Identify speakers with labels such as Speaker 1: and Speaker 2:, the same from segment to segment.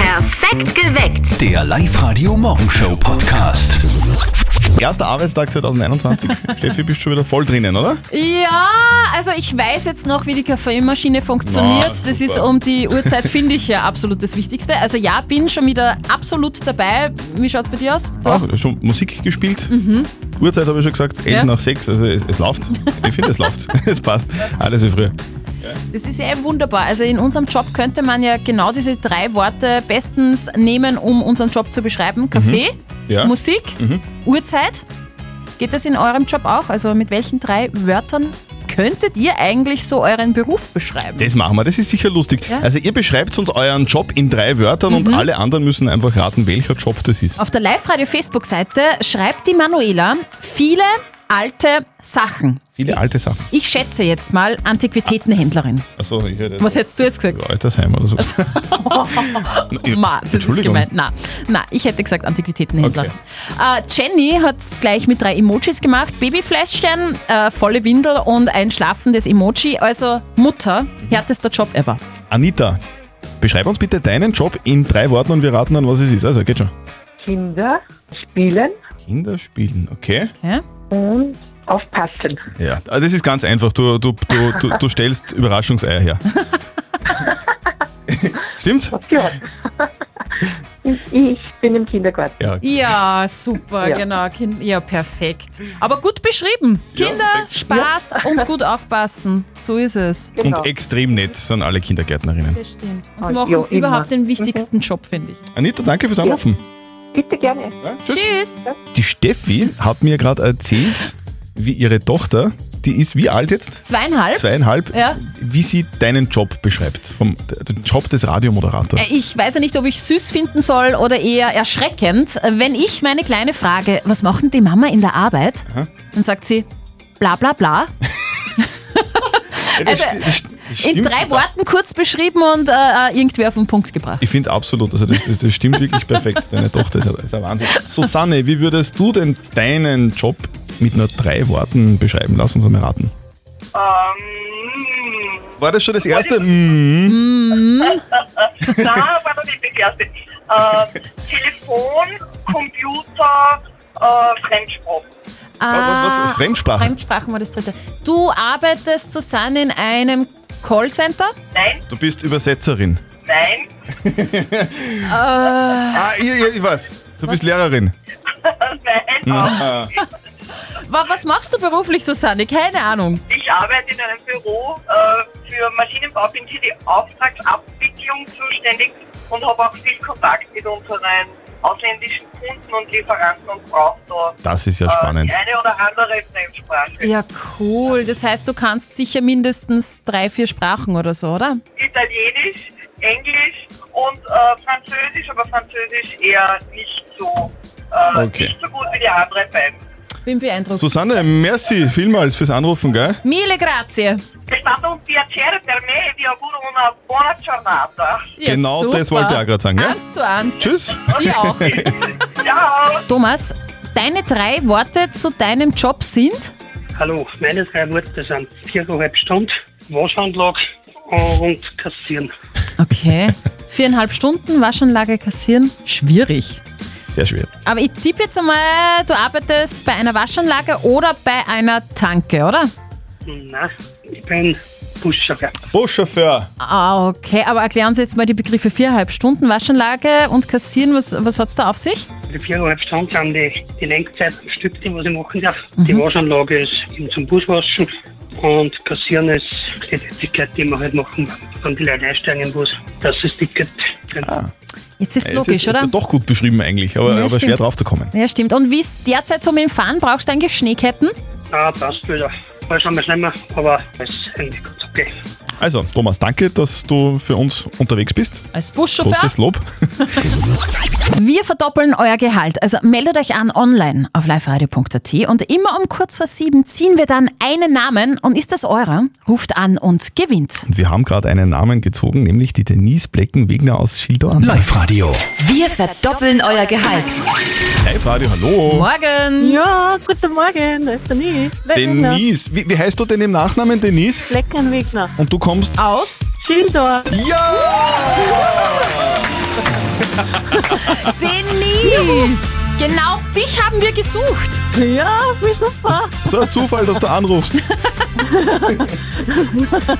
Speaker 1: Perfekt geweckt.
Speaker 2: Der Live-Radio Morgenshow Podcast.
Speaker 3: Erster Arbeitstag 2021. Steffi, bist schon wieder voll drinnen, oder?
Speaker 4: Ja, also ich weiß jetzt noch, wie die Kaffeemaschine funktioniert.
Speaker 3: Na,
Speaker 4: das
Speaker 3: super.
Speaker 4: ist um die Uhrzeit, finde ich ja absolut das Wichtigste. Also ja, bin schon wieder absolut dabei. Wie schaut's bei dir aus?
Speaker 3: Ah, schon Musik gespielt. Uhrzeit habe ich schon gesagt, 11
Speaker 4: Mhm. Ja.
Speaker 3: nach 6, also es, es läuft. Ich finde, es läuft. Es passt. Alles wie früher.
Speaker 4: Das ist ja wunderbar. Also in unserem Job könnte man ja genau diese drei Worte bestens nehmen, um unseren Job zu beschreiben. Kaffee,
Speaker 3: Mhm. Ja.
Speaker 4: Musik, Uhrzeit. Geht das in eurem Job auch? Also mit welchen drei Wörtern könntet ihr eigentlich so euren Beruf beschreiben?
Speaker 3: Das machen wir, das ist sicher lustig.
Speaker 4: Ja. Mhm.
Speaker 3: Also ihr beschreibt uns euren Job in drei Wörtern und alle anderen müssen einfach raten, welcher Job das ist.
Speaker 4: Auf der Live-Radio-Facebook-Seite schreibt die Manuela viele alte Sachen.
Speaker 3: Viele alte Sachen.
Speaker 4: Ich schätze jetzt mal Antiquitätenhändlerin.
Speaker 3: Achso, ich höre
Speaker 4: Was hättest du jetzt gesagt?
Speaker 3: Altersheim oder so.
Speaker 4: Ma, das ist
Speaker 3: Entschuldigung.
Speaker 4: gemeint. Na, na, ich hätte gesagt Antiquitätenhändlerin. Äh, Jenny hat gleich mit drei Emojis gemacht. Babyfläschchen, äh, volle Windel und ein schlafendes Emoji. Also Mutter,
Speaker 3: Mhm.
Speaker 4: härtester Job ever.
Speaker 3: Anita, beschreib uns bitte deinen Job in drei Worten und wir raten dann, was es ist. Also geht schon.
Speaker 5: Kinder spielen
Speaker 3: Kinder spielen, okay.
Speaker 4: Ja?
Speaker 5: und aufpassen.
Speaker 3: Ja, ah, das ist ganz einfach. Du, du, du, du, du stellst Überraschungseier her. Stimmt's?
Speaker 5: Ja. Ich bin im Kindergarten.
Speaker 3: Ja.
Speaker 4: Ja, super,
Speaker 5: Ja.
Speaker 4: genau. Kind, ja, perfekt. Aber gut beschrieben.
Speaker 3: Ja,
Speaker 4: Kinder,
Speaker 3: perfekt.
Speaker 4: Spaß und gut aufpassen. So ist es.
Speaker 5: Genau.
Speaker 3: Und extrem nett sind alle Kindergärtnerinnen.
Speaker 4: Das stimmt. Und sie
Speaker 5: Ah,
Speaker 4: Also machen
Speaker 5: ja, immer.
Speaker 4: überhaupt den wichtigsten Job, finde ich.
Speaker 3: Anita, danke fürs Anrufen.
Speaker 5: Bitte gerne.
Speaker 3: Ja,
Speaker 4: Tschüss.
Speaker 3: Die Steffi hat mir gerade erzählt, wie ihre Tochter, die ist wie alt jetzt?
Speaker 4: Zweieinhalb?
Speaker 3: Zweieinhalb.
Speaker 4: Ja.
Speaker 3: Wie sie deinen Job beschreibt. Vom den Job des Radiomoderators.
Speaker 4: Äh, Ich weiß ja nicht, ob ich süß finden soll oder eher erschreckend. Äh, Wenn ich meine Kleine frage, was macht denn die Mama in der Arbeit? Dann sagt sie, bla bla bla.
Speaker 3: Ja, das
Speaker 4: also,
Speaker 3: sti- das sti- das
Speaker 4: In
Speaker 3: stimmt.
Speaker 4: drei Worten kurz beschrieben und äh, äh, irgendwie auf den Punkt gebracht.
Speaker 3: Ich finde absolut, also das, das, das stimmt wirklich perfekt. Deine Tochter ist ein, ist ein Wahnsinn. Susanne, wie würdest du denn deinen Job mit nur drei Worten beschreiben? Lass uns mal raten.
Speaker 6: Ähm,
Speaker 3: War das schon das erste?
Speaker 4: Hm.
Speaker 3: Mhm.
Speaker 6: nein, war noch nicht das erste. Äh, Telefon, Computer, äh, Fremdsprache.
Speaker 3: was- was-
Speaker 4: Ah,
Speaker 3: Fremdsprachen?
Speaker 4: Fremdsprachen war das dritte. Du arbeitest zusammen in einem Callcenter?
Speaker 6: Nein,
Speaker 3: Du bist Übersetzerin.
Speaker 6: nein,
Speaker 3: Ah, ich, ich, ich weiß. Du bist Lehrerin.
Speaker 6: äh, nein.
Speaker 4: Ah. Wa- Was machst du beruflich, Susanne? Keine Ahnung.
Speaker 6: Ich arbeite in einem Büro äh, für Maschinenbau, bin für die Auftragsabwicklung zuständig und habe auch viel Kontakt mit unseren ausländischen Kunden und Lieferanten und brauche da
Speaker 3: Das ist ja
Speaker 6: äh,
Speaker 3: spannend.
Speaker 6: die eine oder andere Fremdsprache.
Speaker 4: Ja, cool. Das heißt, du kannst sicher mindestens drei, vier Sprachen oder so, oder?
Speaker 6: Italienisch, Englisch und äh, Französisch, aber Französisch eher nicht so, äh,
Speaker 3: Okay.
Speaker 6: nicht so gut wie die anderen beiden.
Speaker 4: Bin beeindruckt.
Speaker 3: Susanne, merci vielmals fürs Anrufen, gel?
Speaker 4: Mille grazie.
Speaker 6: È stato un piacere per me e vi auguro una buona giornata.
Speaker 4: Ja,
Speaker 3: Genau das wollte ich auch gerade sagen, gell?
Speaker 4: Eins zu eins.
Speaker 3: Tschüss.
Speaker 4: Dir auch.
Speaker 6: Ciao!
Speaker 4: Thomas, deine drei Worte zu deinem Job sind?
Speaker 7: Hallo, meine drei Worte sind viereinhalb Stunden, Waschanlage und Kassieren.
Speaker 4: Okay. Viereinhalb Stunden Waschanlage kassieren? Schwierig.
Speaker 3: Sehr schwer.
Speaker 4: Aber ich tippe jetzt einmal, du arbeitest bei einer Waschanlage oder bei einer Tanke, oder?
Speaker 7: Nein, ich bin Buschauffeur.
Speaker 3: Buschauffeur.
Speaker 4: Ah, okay. Aber erklären Sie jetzt mal die Begriffe viereinhalb Stunden Waschanlage und kassieren. Was, was hat es da auf sich?
Speaker 7: Die viereinhalb Stunden sind die, die Lenkzeit am Stück, die was ich machen darf. Die Waschanlage ist eben zum Buswaschen und Kassieren ist die Tätigkeit, die wir halt machen, wenn die Leute einsteigen im Bus. Das ist Ticket. Ah.
Speaker 4: Jetzt ist
Speaker 3: Es
Speaker 4: logisch,
Speaker 3: ist,
Speaker 4: oder?
Speaker 3: Ist ja doch gut beschrieben eigentlich, aber,
Speaker 4: Ja,
Speaker 3: aber schwer
Speaker 4: stimmt.
Speaker 3: drauf zu kommen.
Speaker 4: Ja, stimmt. Und wie es derzeit so mit dem Fahren? Brauchst du eigentlich Schneeketten?
Speaker 7: ah, passt wieder. Mal schauen wir schneller, aber es ist eigentlich ganz okay.
Speaker 3: Also, Thomas, danke, dass du für uns unterwegs bist.
Speaker 4: Als Buschauffeur?
Speaker 3: Großes Lob.
Speaker 4: Wir verdoppeln euer Gehalt. Also meldet euch an online auf liveradio.at und immer um kurz vor sieben ziehen wir dann einen Namen und ist das eurer, ruft an und gewinnt.
Speaker 3: Wir haben gerade einen Namen gezogen, nämlich die Denise Bleckenwegner aus Schildorn.
Speaker 2: Live-Radio.
Speaker 8: Wir verdoppeln euer Gehalt.
Speaker 3: Live-Radio, hallo.
Speaker 4: Morgen!
Speaker 5: Ja, guten Morgen, das ist Denise.
Speaker 3: Denise, wie, wie heißt du denn im Nachnamen, Denise?
Speaker 5: Leckenwegner.
Speaker 3: Und du kommst
Speaker 4: Aus?
Speaker 5: Schildor.
Speaker 3: Ja!
Speaker 4: Nils, genau dich haben wir gesucht.
Speaker 5: Ja, wie
Speaker 4: Ah.
Speaker 5: super.
Speaker 3: So ein Zufall, dass du anrufst.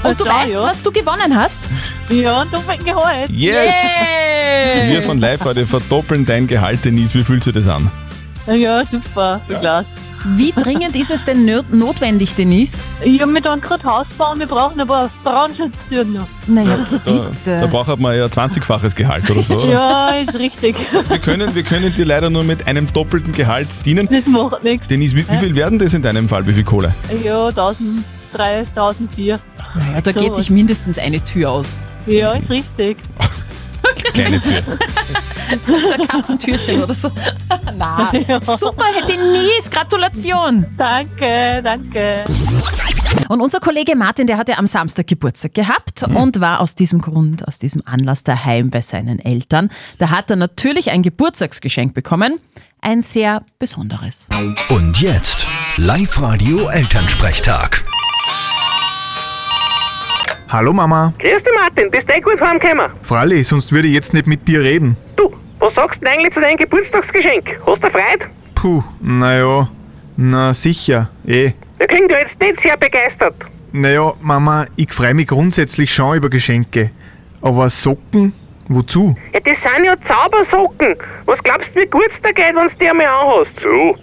Speaker 4: Und du
Speaker 5: Ja,
Speaker 4: weißt,
Speaker 5: ja.
Speaker 4: was du gewonnen hast?
Speaker 5: Ja, und du mein Gehalt.
Speaker 3: Yes!
Speaker 4: Yay!
Speaker 3: Wir von Live heute verdoppeln dein Gehalt, Denise. Wie fühlst du das an?
Speaker 5: Ja, super. Ja. Klasse.
Speaker 4: Wie dringend ist es denn nö- notwendig, Denise?
Speaker 5: Ich hab mir dann gerade Haus bauen, wir brauchen aber Brandschutztüren noch.
Speaker 4: Naja,
Speaker 3: Da, da
Speaker 4: bitte.
Speaker 3: braucht man ja 20-faches Gehalt oder so.
Speaker 5: Ja, ist richtig.
Speaker 3: Wir, können, wir können dir leider nur mit einem doppelten Gehalt dienen.
Speaker 5: Das macht nichts.
Speaker 3: Denise, wie, wie viel werden das in deinem Fall? Wie viel Kohle?
Speaker 5: Ja, 1003, 1004.
Speaker 4: Naja, da geht sich mindestens eine Tür aus.
Speaker 5: Ja, ist richtig.
Speaker 3: Kleine Tür.
Speaker 4: So ein Katzentürchen oder so. Na,
Speaker 5: Ja.
Speaker 4: super, Herr Denise, Gratulation.
Speaker 5: Danke, danke.
Speaker 4: Und unser Kollege Martin, der hatte am Samstag Geburtstag gehabt und war aus diesem Grund, aus diesem Anlass daheim bei seinen Eltern. Da hat er natürlich ein Geburtstagsgeschenk bekommen. Ein sehr besonderes.
Speaker 2: Und jetzt Live-Radio Elternsprechtag.
Speaker 1: Hallo Mama.
Speaker 6: Grüß dich, Martin. Bist du eh gut heimgekommen?
Speaker 1: Fralli, sonst würde ich jetzt nicht mit dir reden.
Speaker 6: Du, was sagst du denn eigentlich zu deinem Geburtstagsgeschenk? Hast du Freude?
Speaker 1: Puh, naja. Na sicher, eh.
Speaker 6: Da klingt ja jetzt nicht sehr begeistert.
Speaker 1: Naja, Mama, ich freue mich grundsätzlich schon über Geschenke. Aber Socken? Wozu?
Speaker 6: Ja, das sind ja Zaubersocken. Was glaubst du, wie gut es dir geht, wenn du die einmal anhast?
Speaker 9: Du,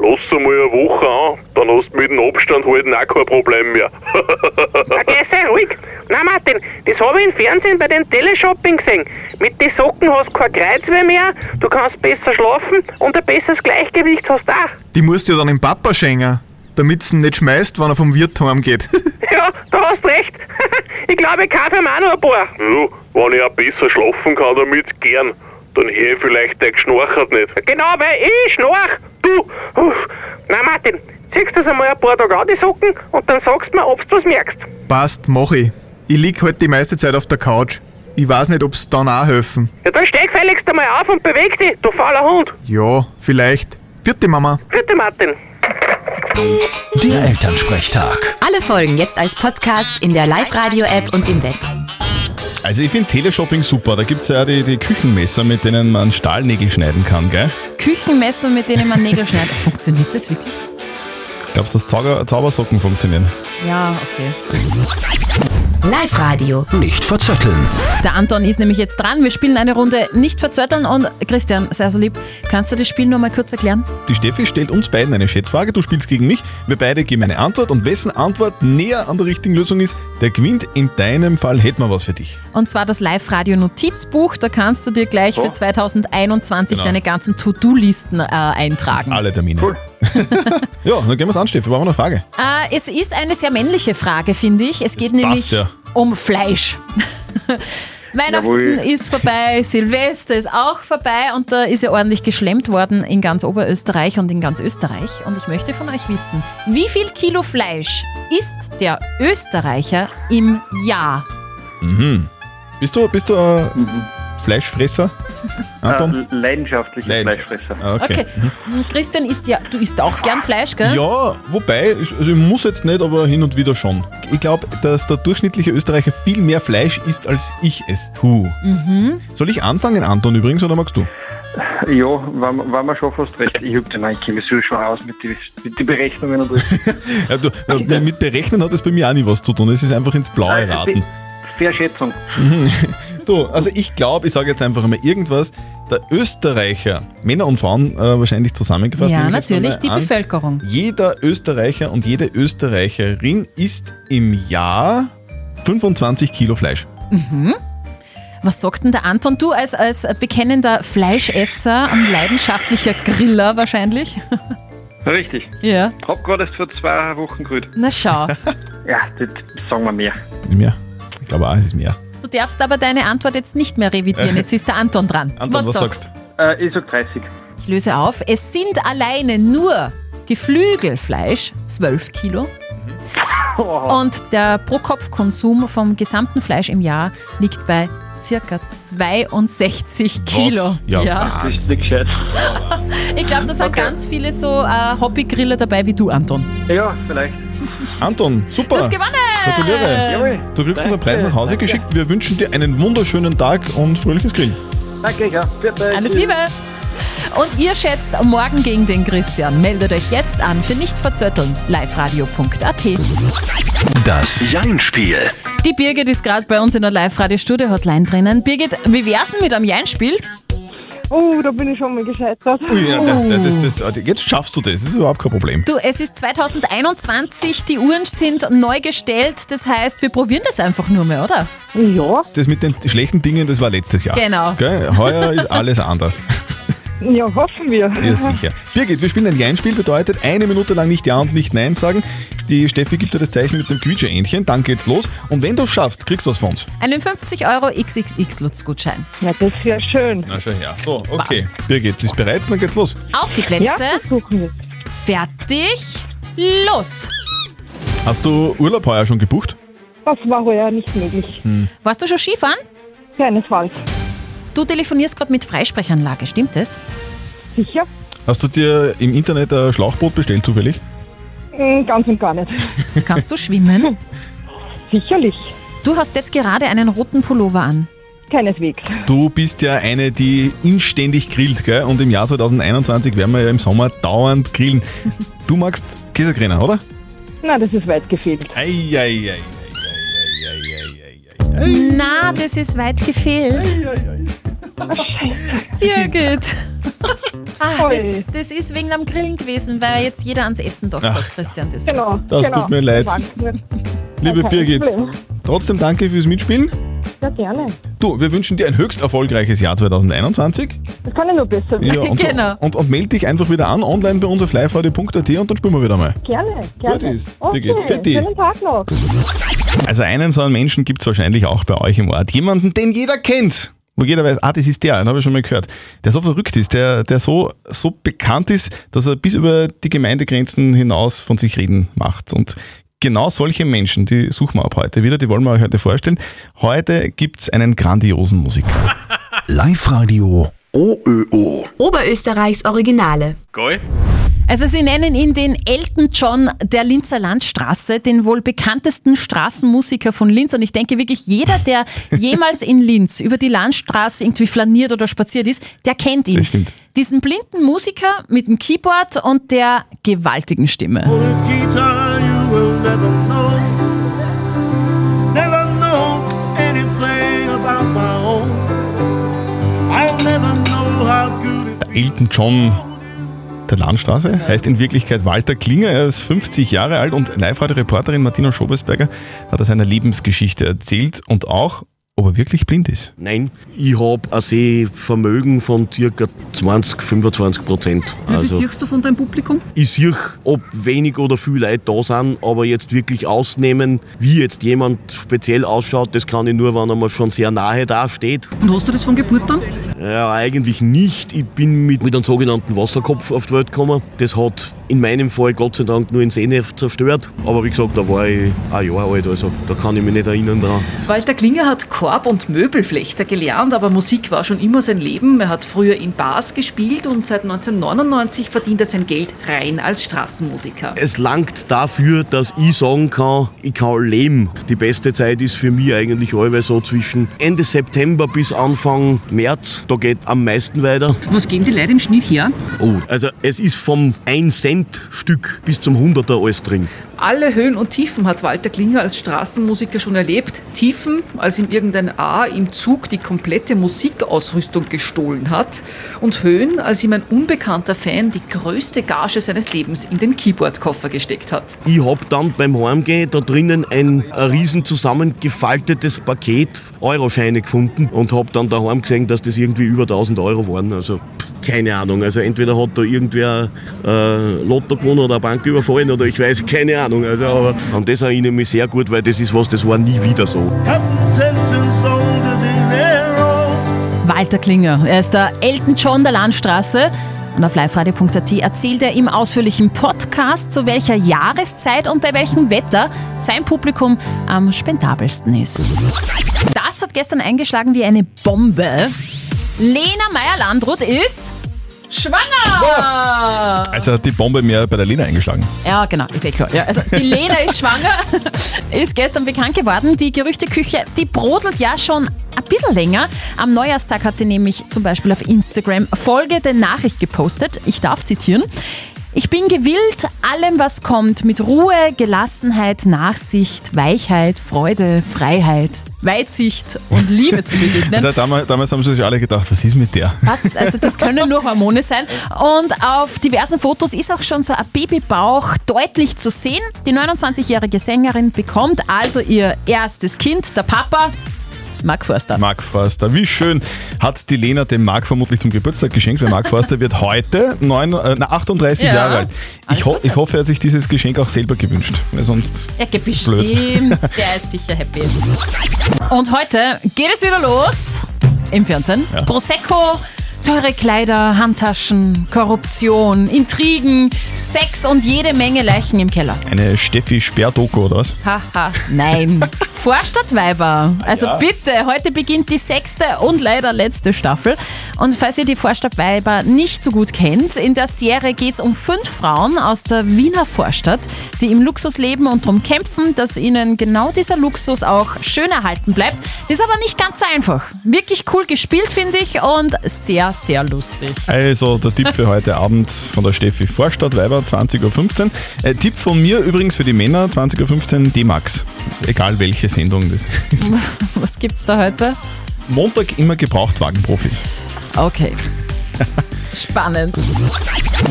Speaker 9: lass einmal eine Woche an, dann hast du mit dem Abstand halten auch kein Problem mehr.
Speaker 6: Okay, sei ruhig. Nein, Martin, das habe ich im Fernsehen bei den Teleshopping gesehen. Mit den Socken hast du kein Kreuzweh mehr, du kannst besser schlafen und ein besseres Gleichgewicht hast du auch.
Speaker 1: Die musst du ja dann dem Papa schenken, damit's ihn nicht schmeißt, wenn er vom Wirt heimgeht.
Speaker 6: Ja, da hast recht. ich glaube, ich kaufe mir auch noch ein paar.
Speaker 9: Du, wenn ich auch besser schlafen kann damit, gern. Dann höre ich vielleicht dein Geschnarchert nicht.
Speaker 6: Genau, weil ich schnarch. Du. Uff. Nein, Martin, ziehst das einmal ein paar Tage an, die Socken, und dann sagst du mir, ob du was merkst.
Speaker 1: Passt, mach ich. Ich lieg halt die meiste Zeit auf der Couch. Ich weiß nicht, ob's dann auch helfen.
Speaker 6: Ja, dann steh gefälligst einmal auf und beweg dich, du fauler Hund.
Speaker 1: Ja, vielleicht. Vierte Mama.
Speaker 6: Bitte, Martin.
Speaker 2: Der Elternsprechtag.
Speaker 8: Alle Folgen jetzt als Podcast in der Live-Radio-App und im Web.
Speaker 3: Also ich finde Teleshopping super. Da gibt es ja die, die Küchenmesser, mit denen man Stahlnägel schneiden kann, gell?
Speaker 4: Küchenmesser, mit denen man Nägel schneidet. Funktioniert das wirklich?
Speaker 3: Glaubst du, dass Zauber, Zaubersocken funktionieren?
Speaker 4: Ja, okay.
Speaker 8: Live-Radio.
Speaker 2: Nicht verzetteln.
Speaker 4: Der Anton ist nämlich jetzt dran. Wir spielen eine Runde nicht verzötteln und Christian, sei so lieb, kannst du das Spiel nur mal kurz erklären?
Speaker 3: Die Steffi stellt uns beiden eine Schätzfrage, du spielst gegen mich, wir beide geben eine Antwort und wessen Antwort näher an der richtigen Lösung ist, der gewinnt. In deinem Fall hätten wir was für dich.
Speaker 4: Und zwar das Live-Radio-Notizbuch. Da kannst du dir gleich für 2021
Speaker 3: Oh. Genau.
Speaker 4: deine ganzen To-Do-Listen äh, eintragen.
Speaker 3: Alle Termine. Cool. ja, dann gehen wir es an, Steffi, brauchen wir eine Frage.
Speaker 4: Äh, es ist eine sehr männliche Frage, finde ich. Es geht
Speaker 3: passt,
Speaker 4: nämlich
Speaker 3: ja.
Speaker 4: um Fleisch. Weihnachten ist vorbei, Silvester ist auch vorbei und da ist ja ordentlich geschlemmt worden in ganz Oberösterreich und in ganz Österreich. Und ich möchte von euch wissen, wie viel Kilo Fleisch isst der Österreicher im Jahr?
Speaker 3: Bist du, bist du äh, Fleischfresser,
Speaker 6: Ähm,
Speaker 3: Anton?
Speaker 10: leidenschaftlicher
Speaker 3: Nein.
Speaker 10: Fleischfresser.
Speaker 3: Ah,
Speaker 4: Okay, Christian isst ja, du isst auch gern Fleisch, gell?
Speaker 3: Ja, wobei, ich- also ich muss jetzt nicht, aber hin und wieder schon. Ich glaube, dass der durchschnittliche Österreicher viel mehr Fleisch isst, als ich es tue. Soll ich anfangen, Anton, übrigens, oder magst du?
Speaker 10: Ja, war, war mir schon fast recht. Ich hab den nein, ich kenne mich so schon aus mit den mit die Berechnungen und alles.
Speaker 3: Ja, du äh, mit Berechnen hat das bei mir auch nie was zu tun. Es ist einfach ins Blaue raten.
Speaker 10: Verschätzung.
Speaker 3: Du, also ich glaube, ich sage jetzt einfach mal irgendwas. Der Österreicher, Männer und Frauen äh, wahrscheinlich zusammengefasst.
Speaker 4: ja
Speaker 3: nehme ich jetzt
Speaker 4: natürlich, die
Speaker 3: einmal an.
Speaker 4: Bevölkerung.
Speaker 3: Jeder Österreicher und jede Österreicherin isst im Jahr 25 Kilo Fleisch.
Speaker 4: Was sagt denn der Anton? Du als, als bekennender Fleischesser und leidenschaftlicher Griller wahrscheinlich?
Speaker 10: Richtig.
Speaker 4: Ja.
Speaker 10: Hab gerade erst vor zwei Wochen gerührt.
Speaker 4: Na schau.
Speaker 10: Ja, das sagen wir mehr.
Speaker 3: Mehr? Ich glaube auch, es ist mehr.
Speaker 4: Du darfst aber deine Antwort jetzt nicht mehr revidieren. Jetzt ist der Anton dran.
Speaker 3: Anton, was, sagst du?
Speaker 10: Äh, ich sag 30.
Speaker 4: Ich löse auf. Es sind alleine nur Geflügelfleisch, 12 Kilo. Und der Pro-Kopf-Konsum vom gesamten Fleisch im Jahr liegt bei circa 62 Kilo.
Speaker 3: Was? Ja,
Speaker 10: Das ist nicht gescheit.
Speaker 4: Ich glaube, da sind ganz viele so äh, Hobbygriller dabei wie du, Anton.
Speaker 10: Ja, vielleicht.
Speaker 3: Anton, super.
Speaker 4: Du hast gewonnen!
Speaker 3: Gratuliere.
Speaker 10: Jawohl.
Speaker 3: Du kriegst unseren Preis nach Hause geschickt. Wir wünschen dir einen wunderschönen Tag und fröhliches Grillen.
Speaker 10: Danke, ja. Bitte.
Speaker 4: Alles Liebe! Und ihr schätzt morgen gegen den Christian. Meldet euch jetzt an für nicht verzötteln. liveradio.at.
Speaker 2: Das Jein-Spiel.
Speaker 4: Die Birgit ist gerade bei uns in der Live-Radio-Studio-Hotline drinnen. Birgit, wie wär's denn mit einem Jeinspiel?
Speaker 11: Oh, da bin ich schon mal gescheitert.
Speaker 3: Ui, Oh ja, da- das, das, das, jetzt schaffst du das, das ist überhaupt kein Problem.
Speaker 4: Du, es ist 2021, die Uhren sind neu gestellt, das heißt, wir probieren das einfach nur mehr, oder?
Speaker 11: Ja.
Speaker 3: Das mit den schlechten Dingen, das war letztes Jahr.
Speaker 4: Genau.
Speaker 3: Gell? Heuer ist alles anders.
Speaker 11: Ja, hoffen wir.
Speaker 3: Ja, sicher. Birgit, wir spielen ein Jein-Spiel, bedeutet eine Minute lang nicht Ja und nicht Nein sagen. Die Steffi gibt dir das Zeichen mit dem Quietsche-Ähnchen, dann geht's los. Und wenn du schaffst, kriegst du was von uns.
Speaker 4: Einen 50 Euro XXX-Lutz-Gutschein.
Speaker 11: Ja, das ist ja schön.
Speaker 3: Na schön, ja. So, okay. Birgit, bist bereit? Dann geht's los.
Speaker 4: Auf die Plätze. Fertig. Los.
Speaker 3: Hast du Urlaub heuer schon gebucht?
Speaker 11: Das war heuer nicht möglich.
Speaker 3: Hm.
Speaker 4: Warst du schon Skifahren?
Speaker 11: Keinesfalls.
Speaker 4: Du telefonierst gerade mit Freisprechanlage, stimmt das?
Speaker 11: Sicher?
Speaker 3: Hast du dir im Internet ein Schlauchboot bestellt, zufällig?
Speaker 11: Mm, Ganz und gar nicht.
Speaker 4: Kannst du schwimmen?
Speaker 11: Sicherlich.
Speaker 4: Du hast jetzt gerade einen roten Pullover an.
Speaker 11: Keineswegs.
Speaker 3: Du bist ja eine, die inständig grillt, gell? Und im Jahr 2021 werden wir ja im Sommer dauernd grillen. Du magst Käsekrenner, oder?
Speaker 11: Na, das ist weit gefehlt.
Speaker 3: Eieiei.
Speaker 4: Na, das ist weit gefehlt. Birgit. Ah, das, das ist wegen am Grillen gewesen, weil jetzt jeder ans Essen doch hat, Christian. Das.
Speaker 11: Genau.
Speaker 3: Das
Speaker 11: genau.
Speaker 3: tut mir leid.
Speaker 11: Sag's mir.
Speaker 3: Liebe
Speaker 11: Kein
Speaker 3: Birgit,
Speaker 11: Problem.
Speaker 3: trotzdem danke fürs Mitspielen.
Speaker 11: Ja, gerne.
Speaker 3: Du, wir wünschen dir ein höchst erfolgreiches Jahr 2021.
Speaker 11: Das kann ja nur besser werden.
Speaker 3: und, und, und melde dich einfach wieder an, online bei uns auf liveradio.at und dann spielen wir wieder mal.
Speaker 11: Gerne, gerne.
Speaker 3: Gut ist.
Speaker 11: Okay,
Speaker 3: Birgit, für dich.
Speaker 11: schönen Tag noch.
Speaker 3: Also einen so einen Menschen gibt es wahrscheinlich auch bei euch im Ort. Jemanden, den jeder kennt. Wo jeder weiß, ah, das ist der, den habe ich schon mal gehört. Der so verrückt ist, der, der so, so bekannt ist, dass er bis über die Gemeindegrenzen hinaus von sich reden macht. Und genau solche Menschen, die suchen wir ab heute wieder, die wollen wir euch heute vorstellen. Heute gibt es einen grandiosen Musiker.
Speaker 2: Live-Radio OÖO.
Speaker 8: Oberösterreichs Originale.
Speaker 9: Geil.
Speaker 4: Also sie nennen ihn den Elton John der Linzer Landstraße, den wohl bekanntesten Straßenmusiker von Linz. Und ich denke wirklich, jeder, der jemals in Linz über die Landstraße irgendwie flaniert oder spaziert ist, der kennt ihn.
Speaker 3: Das stimmt.
Speaker 4: Diesen blinden Musiker mit dem Keyboard und der gewaltigen Stimme.
Speaker 12: Guitar, you will never know, never know anything about my own. I'll never know how good it
Speaker 3: Der Elton John der Landstraße heißt in Wirklichkeit Walter Klinger. Er ist 50 Jahre alt und Live-Radio-Reporterin Martina Schobesberger hat er seiner Lebensgeschichte erzählt und auch, ob er wirklich blind ist.
Speaker 13: Nein, ich habe ein Sehvermögen von circa 20, 25 Prozent. Also,
Speaker 14: du von deinem Publikum?
Speaker 13: ich sehe, ob wenig oder viel Leute da sind, aber jetzt wirklich ausnehmen, wie jetzt jemand speziell ausschaut, das kann ich nur, wenn er mir schon sehr nahe da steht.
Speaker 14: Und hast du das von Geburt an?
Speaker 13: Ja, eigentlich nicht. Ich bin mit, mit einem sogenannten Wasserkopf auf die Welt gekommen. Das hat in meinem Fall Gott sei Dank nur in Sehne zerstört. Aber wie gesagt, da war ich ein Jahr alt, also da kann ich mich nicht erinnern dran.
Speaker 14: Walter Klinger hat Korb- und Möbelflechter gelernt, aber Musik war schon immer sein Leben. Er hat früher in Bars gespielt und seit 1999 verdient er sein Geld rein als Straßenmusiker.
Speaker 13: Es langt dafür, dass ich sagen kann, ich kann leben. Die beste Zeit ist für mich eigentlich allweil so zwischen Ende September bis Anfang März. Da geht am meisten weiter.
Speaker 14: Was geben die Leute im Schnitt her?
Speaker 13: Oh, also es ist vom 1-Cent-Stück bis zum 100er alles drin.
Speaker 14: Alle Höhen und Tiefen hat Walter Klinger als Straßenmusiker schon erlebt. Tiefen, als ihm irgendein A im Zug die komplette Musikausrüstung gestohlen hat. Und Höhen, als ihm ein unbekannter Fan die größte Gage seines Lebens in den Keyboardkoffer gesteckt hat.
Speaker 13: Ich hab dann beim Heimgehen da drinnen ein, ein riesen zusammengefaltetes Paket Euroscheine gefunden und hab dann daheim gesehen, dass das irgendwie über 1000 Euro waren. Also pff, keine Ahnung. Also entweder hat da irgendwer äh, Lotto gewonnen oder eine Bank überfallen oder ich weiß, keine Ahnung. Also, aber an das erinnere ich mich sehr gut, weil das ist was, das war nie wieder so.
Speaker 12: Captains and soldiers in their
Speaker 4: Walter Klinger, er ist der Elton John der Landstraße. Und auf liveradio.at erzählt er im ausführlichen Podcast, zu welcher Jahreszeit und bei welchem Wetter sein Publikum am spendabelsten ist. Das hat gestern eingeschlagen wie eine Bombe. Lena Meyer-Landrut ist Schwanger!
Speaker 3: Also hat die Bombe mehr bei der Lena eingeschlagen.
Speaker 4: Ja, genau, ist eh klar. Ja, also die Lena ist schwanger, ist gestern bekannt geworden. Die Gerüchteküche, die brodelt ja schon ein bisschen länger. Am Neujahrstag hat sie nämlich zum Beispiel auf Instagram folgende Nachricht gepostet. Ich darf zitieren. Ich bin gewillt, allem, was kommt, mit Ruhe, Gelassenheit, Nachsicht, Weichheit, Freude, Freiheit, Weitsicht und Liebe zu begegnen.
Speaker 3: Da, damals, damals haben sich alle gedacht, was ist mit der?
Speaker 4: Was? Also das können nur Hormone sein. Und auf diversen Fotos ist auch schon so ein Babybauch deutlich zu sehen. Die 29-jährige Sängerin bekommt also ihr erstes Kind, der Papa. Mark Forster.
Speaker 3: Mark Forster, wie schön. Hat die Lena dem Mark vermutlich zum Geburtstag geschenkt, weil Mark Forster wird heute neun, äh, na, 38
Speaker 4: Ja.
Speaker 3: Jahre alt.
Speaker 4: Alles
Speaker 3: Ich, ho
Speaker 4: Gute.
Speaker 3: ich hoffe, er hat sich dieses Geschenk auch selber gewünscht, weil sonst
Speaker 4: Er geht
Speaker 3: Blöd.
Speaker 4: bestimmt, der ist sicher happy. Und heute geht es wieder los im Fernsehen. Prosecco, teure Kleider, Handtaschen, Korruption, Intrigen, Sex und jede Menge Leichen im Keller.
Speaker 3: eine Steffi Sperrdoku oder was?
Speaker 4: Haha, nein. Vorstadtweiber. Also
Speaker 3: Ja.
Speaker 4: bitte, heute beginnt die sechste und leider letzte Staffel. Und falls ihr die Vorstadtweiber nicht so gut kennt, in der Serie geht es um fünf Frauen aus der Wiener Vorstadt, die im Luxus leben und darum kämpfen, dass ihnen genau dieser Luxus auch schön erhalten bleibt. Das ist aber nicht ganz so einfach. Wirklich cool gespielt, finde ich, und sehr, sehr lustig.
Speaker 3: Also der Tipp für heute Abend von der Steffi Vorstadt, Weiber, 20.15 Uhr. Äh, Tipp von mir übrigens für die Männer, 20.15 Uhr D-Max. Egal welche Sendung das ist.
Speaker 4: Was gibt's da heute?
Speaker 3: Montag immer Gebrauchtwagenprofis.
Speaker 4: Okay. Spannend.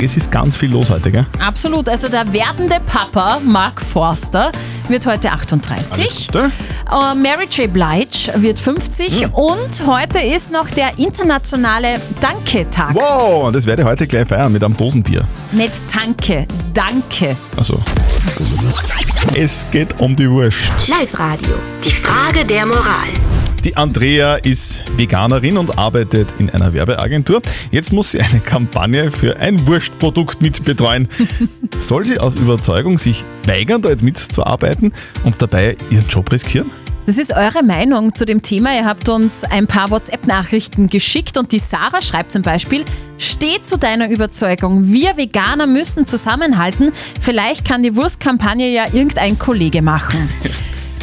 Speaker 3: Es ist ganz viel los heute, gell?
Speaker 4: Absolut, also der werdende Papa Mark Forster wird heute 38. Äh, Mary J. Blige wird 50 und heute ist noch der internationale Danke-Tag.
Speaker 3: Wow, das werde ich heute gleich feiern mit einem Dosenbier.
Speaker 4: Nicht Danke, Danke.
Speaker 3: Also. Es geht um die Wurst.
Speaker 8: Live Radio. Die Frage der Moral.
Speaker 3: Die Andrea ist Veganerin und arbeitet in einer Werbeagentur. Jetzt muss sie eine Kampagne für ein Wurstprodukt mitbetreuen. Soll sie aus Überzeugung sich weigern, da jetzt mitzuarbeiten und dabei ihren Job riskieren?
Speaker 4: Das ist eure Meinung zu dem Thema. Ihr habt uns ein paar WhatsApp-Nachrichten geschickt und die Sarah schreibt zum Beispiel, steh zu deiner Überzeugung, wir Veganer müssen zusammenhalten, vielleicht kann die Wurstkampagne ja irgendein Kollege machen.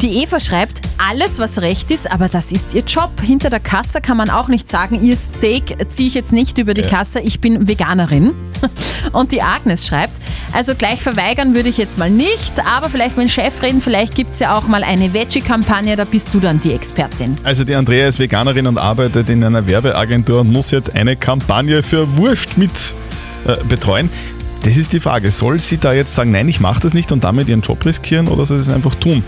Speaker 4: Die Eva schreibt, alles was recht ist, aber das ist ihr Job. Hinter der Kasse kann man auch nicht sagen, ihr Steak ziehe ich jetzt nicht über die
Speaker 8: Ja.
Speaker 4: Kasse, ich bin Veganerin. Und die Agnes schreibt, also gleich verweigern würde ich jetzt mal nicht, aber vielleicht mit dem Chef reden, vielleicht gibt es ja auch mal eine Veggie-Kampagne, da bist du dann die Expertin.
Speaker 3: Also die Andrea ist Veganerin und arbeitet in einer Werbeagentur und muss jetzt eine Kampagne für Wurst mit äh, betreuen. Das ist die Frage. Soll sie da jetzt sagen, nein, ich mache das nicht und damit ihren Job riskieren oder soll sie es einfach tun?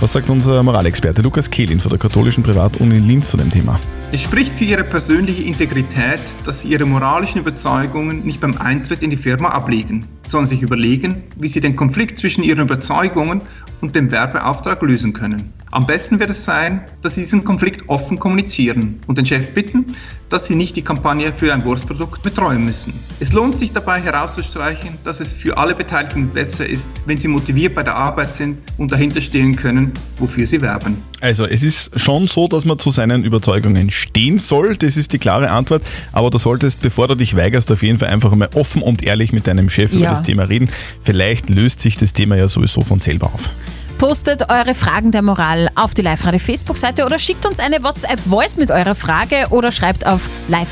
Speaker 3: Was sagt unser Moralexperte Lukas Kehlin von der katholischen Privatuni Linz zu dem Thema?
Speaker 15: Es spricht für ihre persönliche Integrität, dass sie ihre moralischen Überzeugungen nicht beim Eintritt in die Firma ablegen, sondern sich überlegen, wie sie den Konflikt zwischen ihren Überzeugungen und dem Werbeauftrag lösen können. Am besten wird es sein, dass sie diesen Konflikt offen kommunizieren und den Chef bitten, dass sie nicht die Kampagne für ein Wurstprodukt betreuen müssen. Es lohnt sich dabei herauszustreichen, dass es für alle Beteiligten besser ist, wenn sie motiviert bei der Arbeit sind und dahinter stehen können, wofür sie werben.
Speaker 3: Also, es ist schon so, dass man zu seinen Überzeugungen stehen soll. Das ist die klare Antwort. Aber du solltest, bevor du dich weigerst, auf jeden Fall einfach mal offen und ehrlich mit deinem Chef über
Speaker 4: Ja.
Speaker 3: das Thema reden. Vielleicht löst sich das Thema ja sowieso von selber auf.
Speaker 4: Postet eure Fragen der Moral auf die Live-Radio Facebook-Seite oder schickt uns eine WhatsApp-Voice mit eurer Frage oder schreibt auf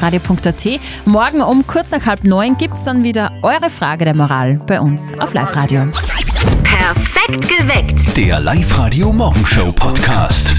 Speaker 4: liveradio.at. Morgen um kurz nach halb neun gibt es dann wieder eure Frage der Moral bei uns auf Live-Radio.
Speaker 8: Perfekt geweckt.
Speaker 2: Der Live-Radio Morgenshow Podcast.